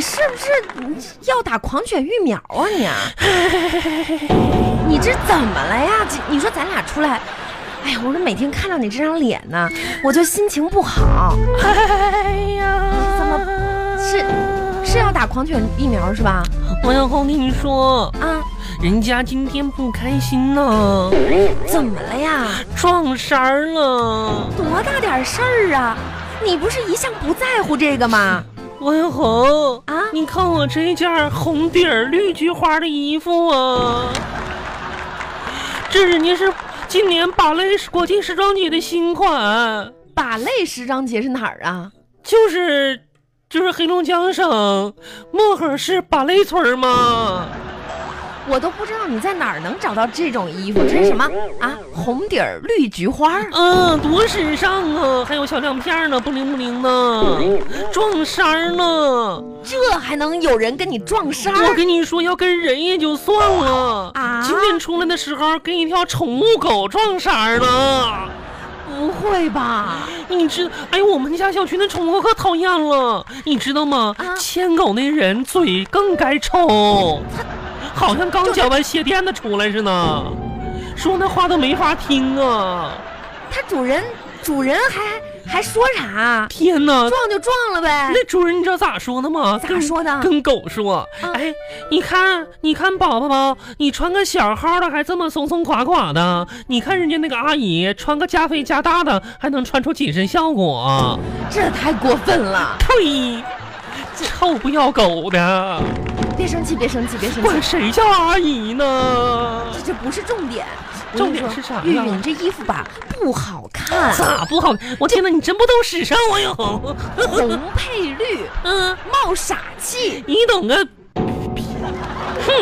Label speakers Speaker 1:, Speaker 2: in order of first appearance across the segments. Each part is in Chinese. Speaker 1: 是不是要打狂犬疫苗啊你啊？你这怎么了呀？这你说咱俩出来，哎呀，我这每天看到你这张脸呢，我就心情不好。
Speaker 2: 哎呀，
Speaker 1: 怎么是是要打狂犬疫苗是吧？
Speaker 2: 我要跟你说，
Speaker 1: 啊，
Speaker 2: 人家今天不开心呢，
Speaker 1: 怎么了呀？
Speaker 2: 撞衫儿了。
Speaker 1: 多大点事儿啊？你不是一向不在乎这个吗？
Speaker 2: 文红
Speaker 1: 啊
Speaker 2: 你看我这件红底儿绿菊花的衣服啊，这人家是今年芭蕾国际时装节的新款，
Speaker 1: 把类时装节是哪儿啊？
Speaker 2: 就是就是黑龙江省漠河市芭蕾村儿嘛。
Speaker 1: 我都不知道你在哪儿能找到这种衣服，这是什么啊？红底儿绿菊花儿，
Speaker 2: 嗯，多时尚啊！还有小亮片儿呢，不灵不灵的，撞衫儿呢。
Speaker 1: 这还能有人跟你撞衫儿？
Speaker 2: 我跟你说，要跟人也就算了，
Speaker 1: 啊
Speaker 2: 今天出来的时候跟一条宠物狗撞衫儿了。
Speaker 1: 不会吧？
Speaker 2: 你知，哎呦，我们家小区那宠物可讨厌了，你知道吗？
Speaker 1: 啊
Speaker 2: 牵狗那人嘴更该抽，好像刚缴完鞋垫子出来似的，说那话都没法听啊！
Speaker 1: 它主人主人还还说啥？
Speaker 2: 天哪，
Speaker 1: 撞就撞了呗。
Speaker 2: 那主人你知道咋说的吗？
Speaker 1: 咋
Speaker 2: 跟
Speaker 1: 说的
Speaker 2: 跟狗说，
Speaker 1: 啊
Speaker 2: 哎，你看，你看宝宝宝，你穿个小号的还这么松松垮垮的，你看人家那个阿姨穿个加肥加大的，还能穿出紧身效果。啊
Speaker 1: 这太过分了！
Speaker 2: 呸！臭不要狗的，
Speaker 1: 别生气，别生气，别生
Speaker 2: 管
Speaker 1: 气。
Speaker 2: 谁叫阿姨呢？
Speaker 1: 这这不是重点，我
Speaker 2: 重
Speaker 1: 跟你
Speaker 2: 点
Speaker 1: 说
Speaker 2: 是啥
Speaker 1: 玉玉，
Speaker 2: 呀
Speaker 1: 你这衣服吧不好 看，
Speaker 2: 咋不好？我天哪，你真不懂时尚啊哟！
Speaker 1: 红配绿，
Speaker 2: 嗯，
Speaker 1: 冒傻气。
Speaker 2: 你懂个
Speaker 1: 你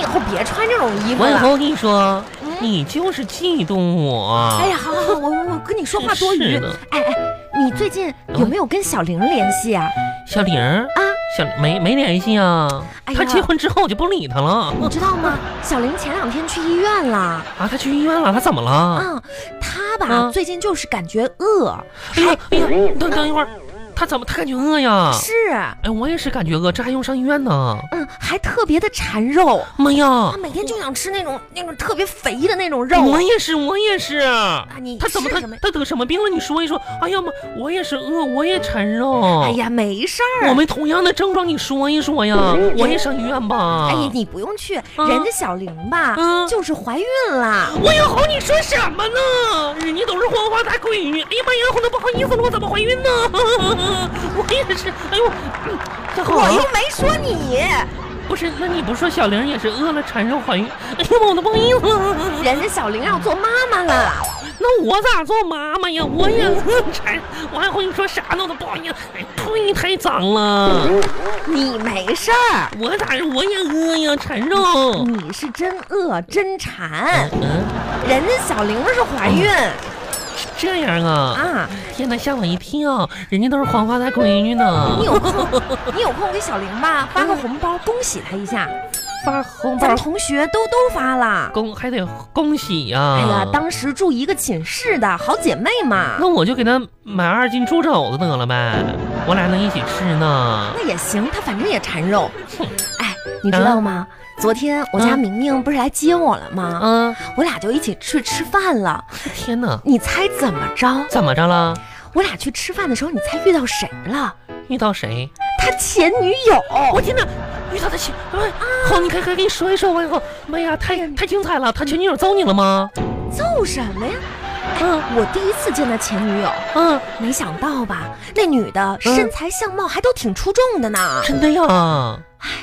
Speaker 1: 以后别穿这种衣服
Speaker 2: 我以
Speaker 1: 了。
Speaker 2: 后跟你说
Speaker 1: 嗯，
Speaker 2: 你就是嫉妒我。啊
Speaker 1: 哎呀，好好好，我我跟你说话多余
Speaker 2: 真是的。
Speaker 1: 哎哎，你最近有没有跟小玲联系啊？
Speaker 2: 小玲儿
Speaker 1: 啊，
Speaker 2: 小没没联系啊。
Speaker 1: 哎呀
Speaker 2: 他结婚之后我就不理他了。
Speaker 1: 你知道吗？小玲前两天去医院了。
Speaker 2: 啊，他去医院了，他怎么了？
Speaker 1: 啊，她吧
Speaker 2: 啊
Speaker 1: 最近就是感觉饿，
Speaker 2: 哎呀，哎呀，等等一会儿，他怎么他感觉饿呀？
Speaker 1: 是，
Speaker 2: 哎，我也是感觉饿，这还用上医院呢？
Speaker 1: 嗯，还特别的馋肉，
Speaker 2: 妈呀
Speaker 1: 她！每
Speaker 2: 哦
Speaker 1: 天就想吃那种那种特别肥的那种肉。啊
Speaker 2: 我也是，我也是。啊
Speaker 1: 你
Speaker 2: 他怎么
Speaker 1: 是
Speaker 2: 他
Speaker 1: 什么
Speaker 2: 他得什么病了？你说一说。哎呀妈，我也是饿，我也馋肉。
Speaker 1: 哎，呀，没事儿。
Speaker 2: 我们同样的症状，你说一说呀。我也上医院吧。
Speaker 1: 嗯哎呀，你不用去，
Speaker 2: 嗯
Speaker 1: 人家小玲吧
Speaker 2: 啊
Speaker 1: 就是怀孕了。
Speaker 2: 我有红，你说什么呢？人家都是黄花大闺女。哎呀妈呀，红的不好意思了，我怎么怀孕呢？ 我也是，哎呦，嗯这好
Speaker 1: 我又没说你，
Speaker 2: 不是，那你不说小玲也是饿了缠肉怀孕？哎呀妈，我都不好意思了。
Speaker 1: 人家小玲要做妈妈了。
Speaker 2: 那我咋做妈妈呀？我 也饿缠，我还和你说啥呢？我都不好意思。哎，呸，你太脏了。
Speaker 1: 你没事儿，
Speaker 2: 我咋我也饿呀？缠肉。
Speaker 1: 你是真饿真馋，
Speaker 2: 嗯，
Speaker 1: 人家小玲是怀孕
Speaker 2: 是这样啊。
Speaker 1: 啊。
Speaker 2: 天哪，吓我一跳！人家都是黄花大闺女呢
Speaker 1: 你。 有空，你有空给小玲吧发个
Speaker 2: 嗯
Speaker 1: 红包，恭喜她一下。
Speaker 2: 发红
Speaker 1: 咱
Speaker 2: 包
Speaker 1: 们同学都都发了。
Speaker 2: 恭还得恭喜呀、
Speaker 1: 哎呀，当时住一个寝室的好姐妹嘛，
Speaker 2: 那我就给他买二斤猪肘子得了呗，我俩能一起吃呢。
Speaker 1: 那也行，她反正也馋肉。哎，你知道吗？昨天我家
Speaker 2: 嗯
Speaker 1: 明明不是来接我了吗？
Speaker 2: 啊，
Speaker 1: 我俩就一起去吃饭了。
Speaker 2: 天哪，
Speaker 1: 你猜怎么着？
Speaker 2: 怎么着了？
Speaker 1: 我俩去吃饭的时候，你猜遇到谁了？
Speaker 2: 遇到谁？
Speaker 1: 他前女友。
Speaker 2: 我天哪，遇到他前，哎，好，你快快给你说一说，我以后，妈呀，太太精彩了！他前女友揍你了吗？
Speaker 1: 揍什么呀？嗯，我第一次见他前女友，
Speaker 2: 嗯，
Speaker 1: 没想到吧，那女的身材相貌还都挺出众的呢。
Speaker 2: 真的呀？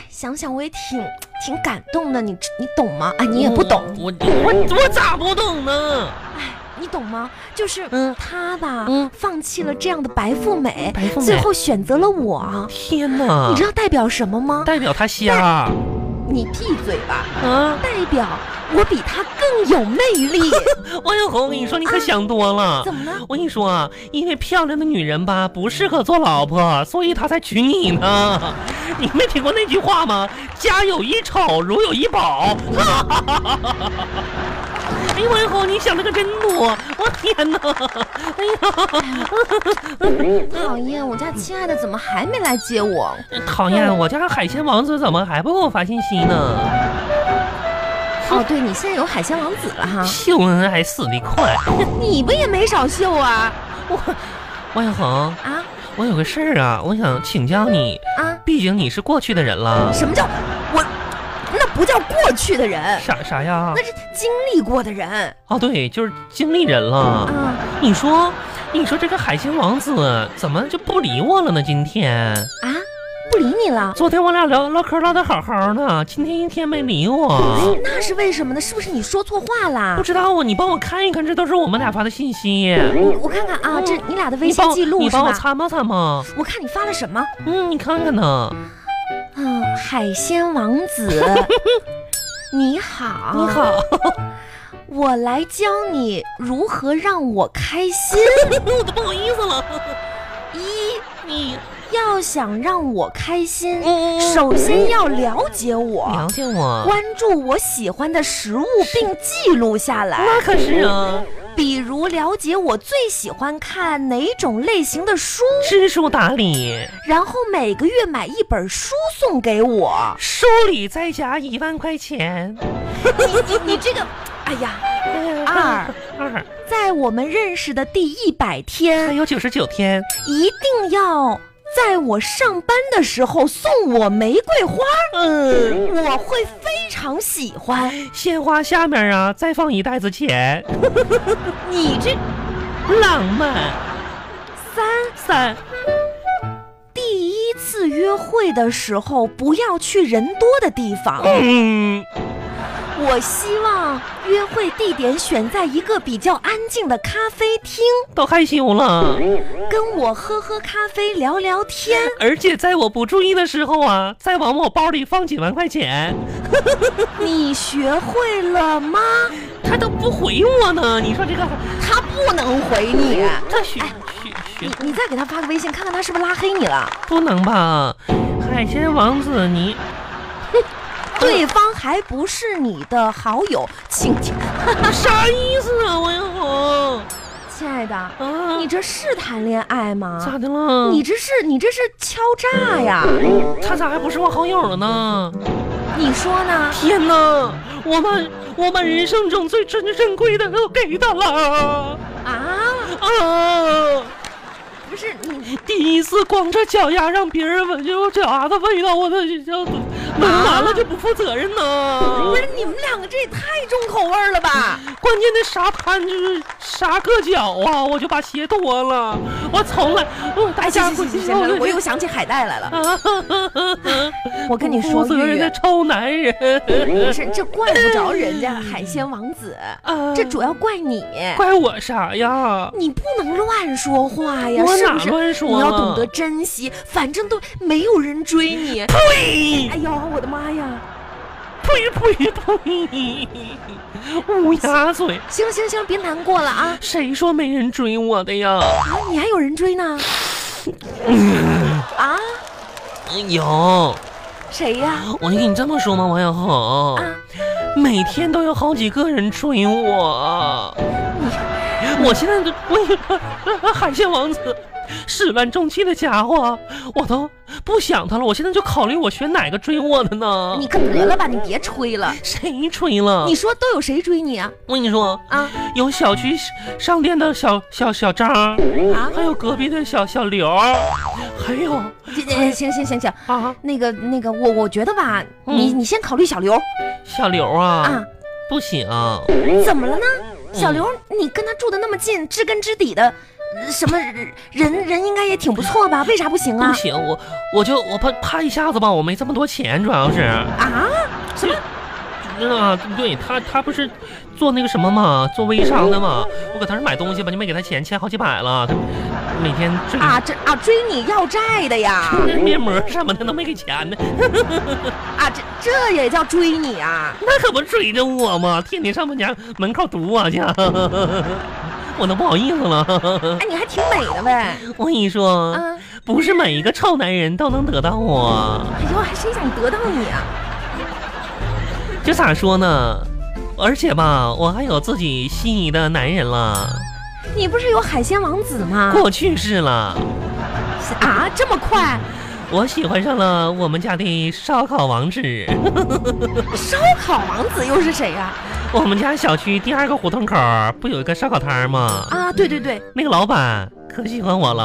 Speaker 1: 想想我也挺挺感动的，你你懂吗？
Speaker 2: 嗯
Speaker 1: 啊，你也不懂，
Speaker 2: 我我我我咋不懂呢？
Speaker 1: 你懂吗？就是
Speaker 2: 嗯
Speaker 1: 她吧，
Speaker 2: 嗯
Speaker 1: 放弃了这样的白富美，
Speaker 2: 白富美
Speaker 1: 最后选择了我。
Speaker 2: 天哪！
Speaker 1: 你知道代表什么吗？
Speaker 2: 代表他瞎
Speaker 1: 你闭嘴吧！
Speaker 2: 啊！
Speaker 1: 代表我比她更有魅 力。
Speaker 2: 王小红，我跟哎你说，你可想多了。
Speaker 1: 哦啊怎么了？
Speaker 2: 我跟你说啊，因为漂亮的女人吧不适合做老婆，所以她才娶你呢。 你没听过那 句话吗？家有一丑，如有一宝。哎呦，王红，你想的可真多！我天 哪！哎呀，
Speaker 1: 讨厌，我家亲爱的怎么还没来 接我？
Speaker 2: 讨
Speaker 1: 嗯
Speaker 2: 厌，我家海鲜王子怎么还不给我发信息呢？
Speaker 1: 哦，对你现在有海鲜王子 了哈，
Speaker 2: 秀恩爱死得快！
Speaker 1: 你不也没少秀啊？
Speaker 2: 王小红，
Speaker 1: 啊
Speaker 2: 我有个事儿啊，我想请教你，
Speaker 1: 啊！
Speaker 2: 毕竟你是过去的人了。
Speaker 1: 什么叫我？那不叫过去的人，
Speaker 2: 啥啥呀
Speaker 1: 那？是经历过的人
Speaker 2: 哦，对，就是经历人了。
Speaker 1: 啊
Speaker 2: 你说，你说这个海鲜王子怎么就不理我了呢？今天，
Speaker 1: 啊！不理你了，
Speaker 2: 昨天我俩聊唠嗑唠得好好的，今天一天没理我。
Speaker 1: 那是为什么呢？是不是你说错话啦
Speaker 2: 不？知道啊，你帮我看一看，这都是我们俩发的信息。
Speaker 1: 我我看看啊，这你俩的微
Speaker 2: 嗯你帮
Speaker 1: 信
Speaker 2: 我
Speaker 1: 记录
Speaker 2: 你
Speaker 1: 是
Speaker 2: 帮我
Speaker 1: 吧？
Speaker 2: 参谋参谋。
Speaker 1: 我看你发了什么？
Speaker 2: 嗯，你看看
Speaker 1: 哦
Speaker 2: 呢。
Speaker 1: 嗯，海鲜王 子，你好，
Speaker 2: 你，好，
Speaker 1: 我来教你如何让我 开心。
Speaker 2: 我都不好意思了。
Speaker 1: 一，
Speaker 2: 你
Speaker 1: 要想让我开心，
Speaker 2: 嗯
Speaker 1: 首先要了解我，
Speaker 2: 了解我，
Speaker 1: 关注我喜欢的食物并记录下来，
Speaker 2: 那可是啊，
Speaker 1: 比如了解我最喜欢看哪种类型的书，
Speaker 2: 知书达理。
Speaker 1: 然后每个月买一本书送给我。
Speaker 2: 书里再加一万块钱。
Speaker 1: 你 你你这个，哎呀，二。
Speaker 2: 二，
Speaker 1: 在我们认识的第一百
Speaker 2: 还
Speaker 1: 天，
Speaker 2: 有九十九天。
Speaker 1: 一定要在我上班的时候送我玫瑰花，
Speaker 2: 嗯，
Speaker 1: 我会非常喜欢。
Speaker 2: 鲜花下面啊，再放一袋子钱，
Speaker 1: 你这
Speaker 2: 浪漫。
Speaker 1: 三，
Speaker 2: 三，
Speaker 1: 第一次约会的时候不要去人多的地方。
Speaker 2: 嗯，
Speaker 1: 我希望约会地点选在一个比较安静的咖啡厅，
Speaker 2: 都害羞了。
Speaker 1: 跟我喝喝咖啡，聊聊天。
Speaker 2: 而且在我不注意的时候啊，再往我包里放几万块钱，
Speaker 1: 你学会了吗？
Speaker 2: 他都不回我呢。你说这
Speaker 1: 哎
Speaker 2: 个，
Speaker 1: 他不能回你。
Speaker 2: 他学学学
Speaker 1: 你你再给他发个微信，看看他是不是拉黑你了。
Speaker 2: 不能吧？海鲜王子，你
Speaker 1: 对方还不是你的好友，请亲
Speaker 2: 啥意思啊，王小红？
Speaker 1: 亲爱的，
Speaker 2: 啊，
Speaker 1: 你这是谈恋爱吗
Speaker 2: 咋？的了？
Speaker 1: 你这是你这是敲诈呀！
Speaker 2: 他咋还不是我好友了呢？
Speaker 1: 你说呢？
Speaker 2: 天哪！我把我把人生中最珍珍贵的都给他了
Speaker 1: 啊，
Speaker 2: 啊！
Speaker 1: 不是你
Speaker 2: 第一次光着脚丫让别人闻见我脚丫子味道，我都要闻完了就不负责任呢
Speaker 1: 不。是你们两个这也太重口味儿了吧？
Speaker 2: 关键那沙滩就是沙硌脚啊，我就把鞋脱了。我从来，我大
Speaker 1: 哎，
Speaker 2: 家
Speaker 1: 行行
Speaker 2: 不
Speaker 1: 行行行，我又想起海带来了。 我跟你说，
Speaker 2: 负责
Speaker 1: 月
Speaker 2: 任的
Speaker 1: 月，
Speaker 2: 臭男人。
Speaker 1: 不 是这怪不着人家海鲜王子，
Speaker 2: 啊
Speaker 1: 这主要怪你。
Speaker 2: 怪我啥呀？
Speaker 1: 你不能乱说话呀，
Speaker 2: 我
Speaker 1: 是
Speaker 2: 哪
Speaker 1: 不是？
Speaker 2: 乱说啊
Speaker 1: 你要
Speaker 2: 了
Speaker 1: 懂得珍惜，反正都没有人追你。
Speaker 2: 呸！
Speaker 1: 哎呦，我的妈呀！
Speaker 2: 呸呸 呸！乌鸦嘴，
Speaker 1: 行了行了行了，别难过了啊！
Speaker 2: 谁说没人追我的呀？
Speaker 1: 啊，你还有人追呢？ 啊，
Speaker 2: 有，
Speaker 1: 谁呀？
Speaker 2: 我就跟你这么说嘛，王小红，
Speaker 1: 啊，
Speaker 2: 每天都有好几个人追我。我现在都，我以为海鲜王子，十万重器的家伙，我都不想他了。我现在就考虑我选哪个追我的呢？
Speaker 1: 你可得了吧，你别吹了。
Speaker 2: 谁追了？
Speaker 1: 你说都有谁追你啊？
Speaker 2: 我跟你说，
Speaker 1: 啊
Speaker 2: 有小区商店的小小小张，
Speaker 1: 啊！
Speaker 2: 还有隔壁的小小刘，还有
Speaker 1: 行行行行行行，
Speaker 2: 啊，
Speaker 1: 那个那个，我我觉得吧，
Speaker 2: 嗯
Speaker 1: 你你先考虑小刘
Speaker 2: 小刘啊，嗯
Speaker 1: 啊，
Speaker 2: 不行，
Speaker 1: 怎么了呢？小刘，你跟他住的那么近，知根知底的，呃什么人人人应该也挺不错吧？为啥不行
Speaker 2: 不
Speaker 1: 啊？
Speaker 2: 行，我我就我怕怕一下子吧，我没这么多钱，主要是
Speaker 1: 啊？什么？
Speaker 2: 啊，对他他不是做那个什么嘛，做微商的嘛，我搁他那买东西吧，就没给他钱，欠好几百了，他每天这
Speaker 1: 啊，这啊追你要债的呀？
Speaker 2: 面膜什么的都没给钱呢，
Speaker 1: 啊，这这也叫追你啊？
Speaker 2: 那可不追着我嘛，天天上我家门口堵我去， 我都不好意思了。
Speaker 1: 哎，你还挺美的呗？
Speaker 2: 我跟你说，
Speaker 1: 啊，
Speaker 2: 不是每一个臭男人都能得到我。
Speaker 1: 哎呦，还谁想得到你啊？
Speaker 2: 就咋说呢？而且吧，我还有自己心仪的男人了，
Speaker 1: 你不是有海鲜王子吗？
Speaker 2: 过去式了。
Speaker 1: 啊，这么快？
Speaker 2: 我喜欢上了我们家的烧烤王子，
Speaker 1: 烧烤王子又是谁啊呀、
Speaker 2: 我们家小区第二个胡同口儿不有一个烧烤摊儿吗？
Speaker 1: 啊？对对对，
Speaker 2: 那个老板可喜欢我了，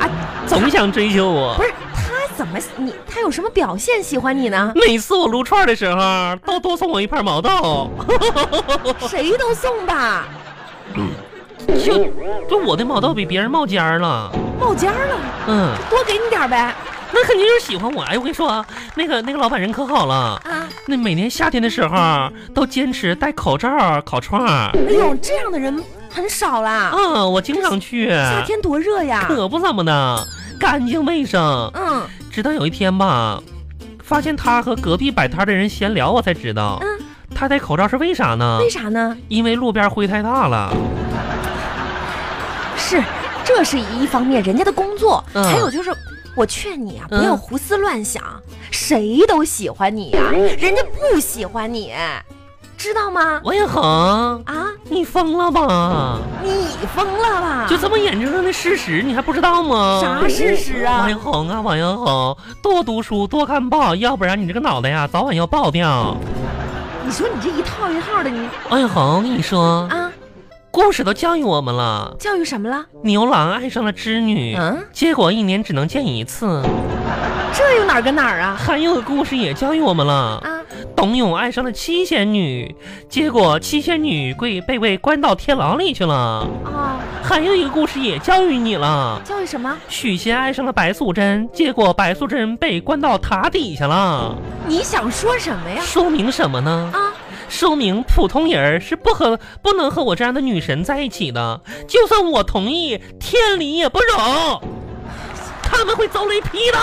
Speaker 1: 啊，
Speaker 2: 总想追求我
Speaker 1: 不。 是他怎么你他有什么表现喜欢你 呢？
Speaker 2: 每次我撸串的时候，都多送我一盘毛豆，
Speaker 1: 谁都送吧，
Speaker 2: 就就我的毛豆比别人冒尖儿了。
Speaker 1: 冒尖儿了，
Speaker 2: 嗯，
Speaker 1: 多给你点儿呗。
Speaker 2: 那肯定就是喜欢我。哎，我跟你说啊，那个那个老板人可好了，
Speaker 1: 啊，
Speaker 2: 那每年夏天的时候都坚持戴口罩烤串儿。
Speaker 1: 哎呦，这样的人很少啦。
Speaker 2: 嗯，我经常去，啊
Speaker 1: 夏天多热呀。
Speaker 2: 可不怎么的，干净卫生。
Speaker 1: 嗯
Speaker 2: 直到有一天吧，发现他和隔壁摆摊的人闲聊，我才知道
Speaker 1: 嗯，
Speaker 2: 他戴口罩是为啥呢？
Speaker 1: 为啥呢？
Speaker 2: 因为路边灰太大了。
Speaker 1: 是，这是一方面，人家的工作。
Speaker 2: 嗯
Speaker 1: 还有就是，我劝你啊，不
Speaker 2: 嗯
Speaker 1: 要胡思乱想，谁都喜欢你呀、啊人家不喜欢你，知道吗？
Speaker 2: 王一恒，
Speaker 1: 啊，
Speaker 2: 你疯了吧？
Speaker 1: 你疯了吧？
Speaker 2: 就这么眼睁睁的事实，你还不知道吗？
Speaker 1: 啥事实啊
Speaker 2: 王一恒啊，王一恒，多读书，多看报，要不然你这个脑袋呀，早晚要爆掉。
Speaker 1: 你说你这一套一套的，你
Speaker 2: 王一恒，我跟你说，
Speaker 1: 啊，
Speaker 2: 故事都教育我们了，
Speaker 1: 教育什么了？
Speaker 2: 牛郎爱上了织女，
Speaker 1: 嗯，
Speaker 2: 结果一年只能见一次。
Speaker 1: 这又哪儿跟哪儿啊？
Speaker 2: 还有个故事也教育我们了，
Speaker 1: 啊，
Speaker 2: 董永爱上了七仙女，结果七仙女被被被关到天牢里去了。
Speaker 1: 哦，
Speaker 2: 还有一个故事也教育你了，
Speaker 1: 教育什么？
Speaker 2: 许仙爱上了白素贞，结果白素贞被关到塔底下了。
Speaker 1: 你想说什么呀？
Speaker 2: 说明什么呢？
Speaker 1: 啊，
Speaker 2: 说明普通人儿是不和不能和我这样的女神在一起的，就算我同意，天理也不容，他们会遭雷劈的。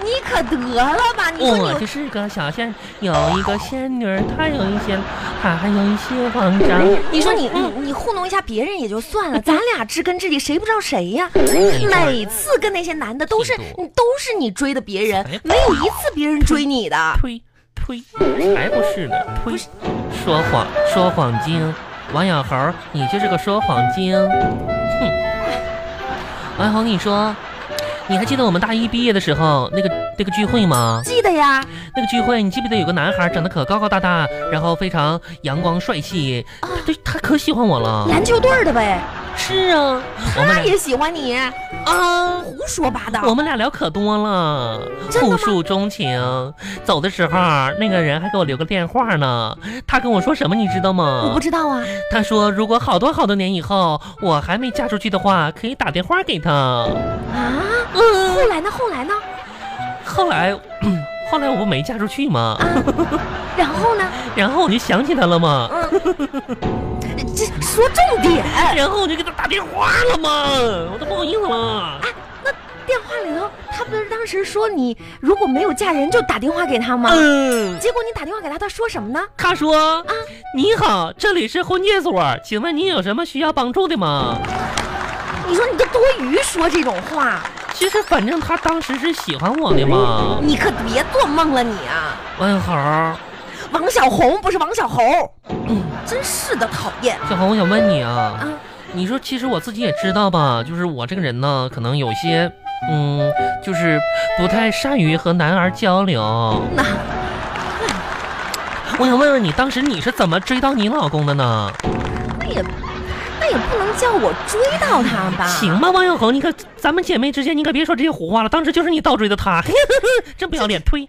Speaker 1: 你可得了吧！你说你
Speaker 2: 我
Speaker 1: 有
Speaker 2: 就是个小仙，有一个仙女儿，她有一些，她还有一些慌张。
Speaker 1: 你说你你你糊弄一下别人也就算了，咱俩知根知底，谁不知道谁呀？每次跟那些男的都是
Speaker 2: 嫉妒
Speaker 1: 你都是你追的别人
Speaker 2: 哎，
Speaker 1: 没有一次别人追 你的。
Speaker 2: 呸呸，才不是呢！呸，说谎说谎精，王小猴，你就是个说谎精。哼，王小猴，你说，你还记得我们大一毕业的时候那个那个聚会吗？
Speaker 1: 记得呀，
Speaker 2: 那个聚会，你记不记得有个男孩长得可高高大大，然后非常阳光帅气，
Speaker 1: 啊
Speaker 2: 对他可喜欢我了。
Speaker 1: 篮球队儿的呗，
Speaker 2: 是啊，我们
Speaker 1: 他
Speaker 2: 俩
Speaker 1: 也喜欢你，
Speaker 2: 啊。
Speaker 1: 胡说八
Speaker 2: 我
Speaker 1: 道。
Speaker 2: 们俩聊可多了，
Speaker 1: 真的
Speaker 2: 互
Speaker 1: 吗
Speaker 2: 诉衷情。走的时候，那个人还给我留个电话呢。他跟我说什么，你知道
Speaker 1: 我
Speaker 2: 吗
Speaker 1: 不？知道啊，
Speaker 2: 他说，如果好多好多年以后我还没嫁出去的话，可以打电话给他。
Speaker 1: 啊，
Speaker 2: 嗯，
Speaker 1: 后来呢？后来呢？
Speaker 2: 后来， 后来我不没嫁出去 吗？
Speaker 1: 啊，然后呢？
Speaker 2: 然后我就想起他了嘛，
Speaker 1: 嗯这说重点，
Speaker 2: 然后我就给他打电话了嘛，我都不好意思了。
Speaker 1: 电话里头他不是当时说你如果没有嫁人就打电话给他吗？
Speaker 2: 嗯，
Speaker 1: 结果你打电话给他，他说什么呢？
Speaker 2: 他说，
Speaker 1: 啊
Speaker 2: 你好，这里是婚介所，请问你有什么需要帮助的吗？
Speaker 1: 你说你这多余说这种话。
Speaker 2: 其实反正他当时是喜欢我的嘛。
Speaker 1: 你可别做梦了你啊！
Speaker 2: 王小猴，
Speaker 1: 王小红不是王小猴，嗯真是的讨厌
Speaker 2: 小红，我想问你啊，
Speaker 1: 啊！
Speaker 2: 你说其实我自己也知道吧，就是我这个人呢，可能有些，嗯，就是不太善于和男孩交流。
Speaker 1: 那
Speaker 2: 我想问问你，当时你是怎么追到你老公的呢？
Speaker 1: 那也那也不能叫我追到他吧？
Speaker 2: 行吧，王小红，你可咱们姐妹之间，你可别说这些胡话了。当时就是你倒追的他，真不要脸，呸！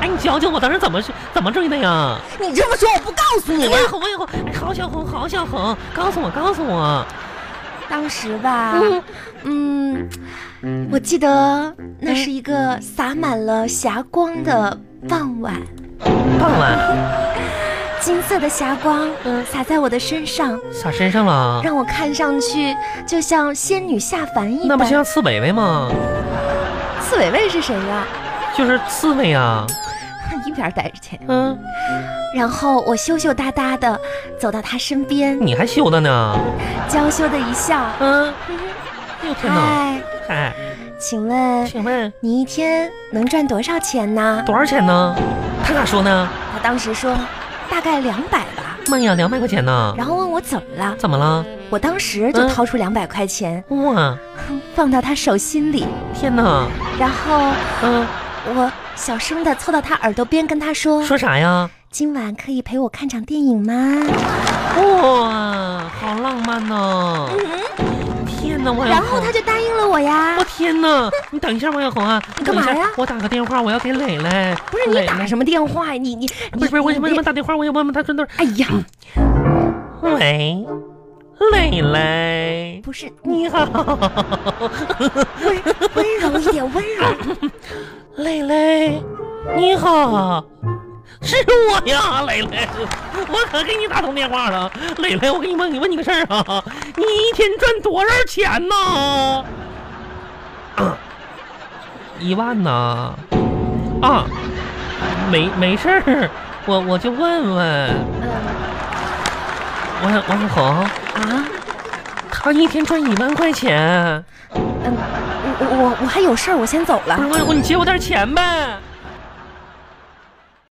Speaker 2: 哎，你教教我当时怎么是怎么追的呀？
Speaker 1: 你这么说我不告诉你啊
Speaker 2: 王小红，王小
Speaker 1: 了。
Speaker 2: 红，哎，好小红，好小红，告诉我，告诉我。
Speaker 1: 当时吧
Speaker 2: 嗯，
Speaker 1: 嗯，我记得那是一个洒满了霞光的傍晚，
Speaker 2: 傍晚
Speaker 1: 金色的霞光，嗯，啊洒在我的身上，
Speaker 2: 撒身上了，
Speaker 1: 让我看上去就像仙女下凡一般。
Speaker 2: 那不像刺猬猬吗？
Speaker 1: 刺猬猬是谁呀、
Speaker 2: 就是刺猬啊。
Speaker 1: 一边儿待着去。
Speaker 2: 嗯，
Speaker 1: 然后我羞羞答答的走到他身边，
Speaker 2: 你还羞的呢。
Speaker 1: 娇羞的一笑。
Speaker 2: 嗯，哎呦天哪！
Speaker 1: 嗨，
Speaker 2: 嗨，
Speaker 1: 请问
Speaker 2: 请问
Speaker 1: 你一天能赚多少钱呢？
Speaker 2: 多少钱呢？他咋说呢？
Speaker 1: 他当时说大概两百吧，
Speaker 2: 妈呀，两百块钱呢？
Speaker 1: 然后问我怎么了，
Speaker 2: 怎么了？
Speaker 1: 我当时就
Speaker 2: 嗯
Speaker 1: 掏出两百块钱、
Speaker 2: 哇，
Speaker 1: 放到他手心里，
Speaker 2: 天哪！
Speaker 1: 然后
Speaker 2: 嗯、
Speaker 1: 我小声的凑到他耳朵边跟他说：“
Speaker 2: 说啥呀？
Speaker 1: 今晚可以陪我看场电影吗
Speaker 2: 哇，好浪漫呐、？”嗯天哪，王小
Speaker 1: 然后
Speaker 2: 红
Speaker 1: 他就答应了我呀
Speaker 2: 嗯我。天哪！你等一下，王小红啊，
Speaker 1: 你干嘛
Speaker 2: 等一下
Speaker 1: 呀
Speaker 2: 我打个电话，我要给磊磊。
Speaker 1: 不是你
Speaker 2: 磊
Speaker 1: 打
Speaker 2: 磊
Speaker 1: 什么电话呀？你你
Speaker 2: 不是不是，我
Speaker 1: 你
Speaker 2: 为什么打电话？我要问问他真的。
Speaker 1: 哎呀，
Speaker 2: 喂，磊磊，
Speaker 1: 不是你
Speaker 2: 你好，
Speaker 1: 温 温柔一点，温 柔。
Speaker 2: 磊磊，你好，是我呀，磊磊，我可给你打通电话了。磊磊，我给你问你问你个事儿啊，你一天赚多少钱呢？啊一万呢？啊，没没事儿，我我就问问，
Speaker 1: 嗯
Speaker 2: 王小王小红，
Speaker 1: 啊，
Speaker 2: 他一天赚一万块钱。
Speaker 1: 嗯，我我我我还有事儿，我先走了
Speaker 2: 不。是王小红，你借我点钱呗？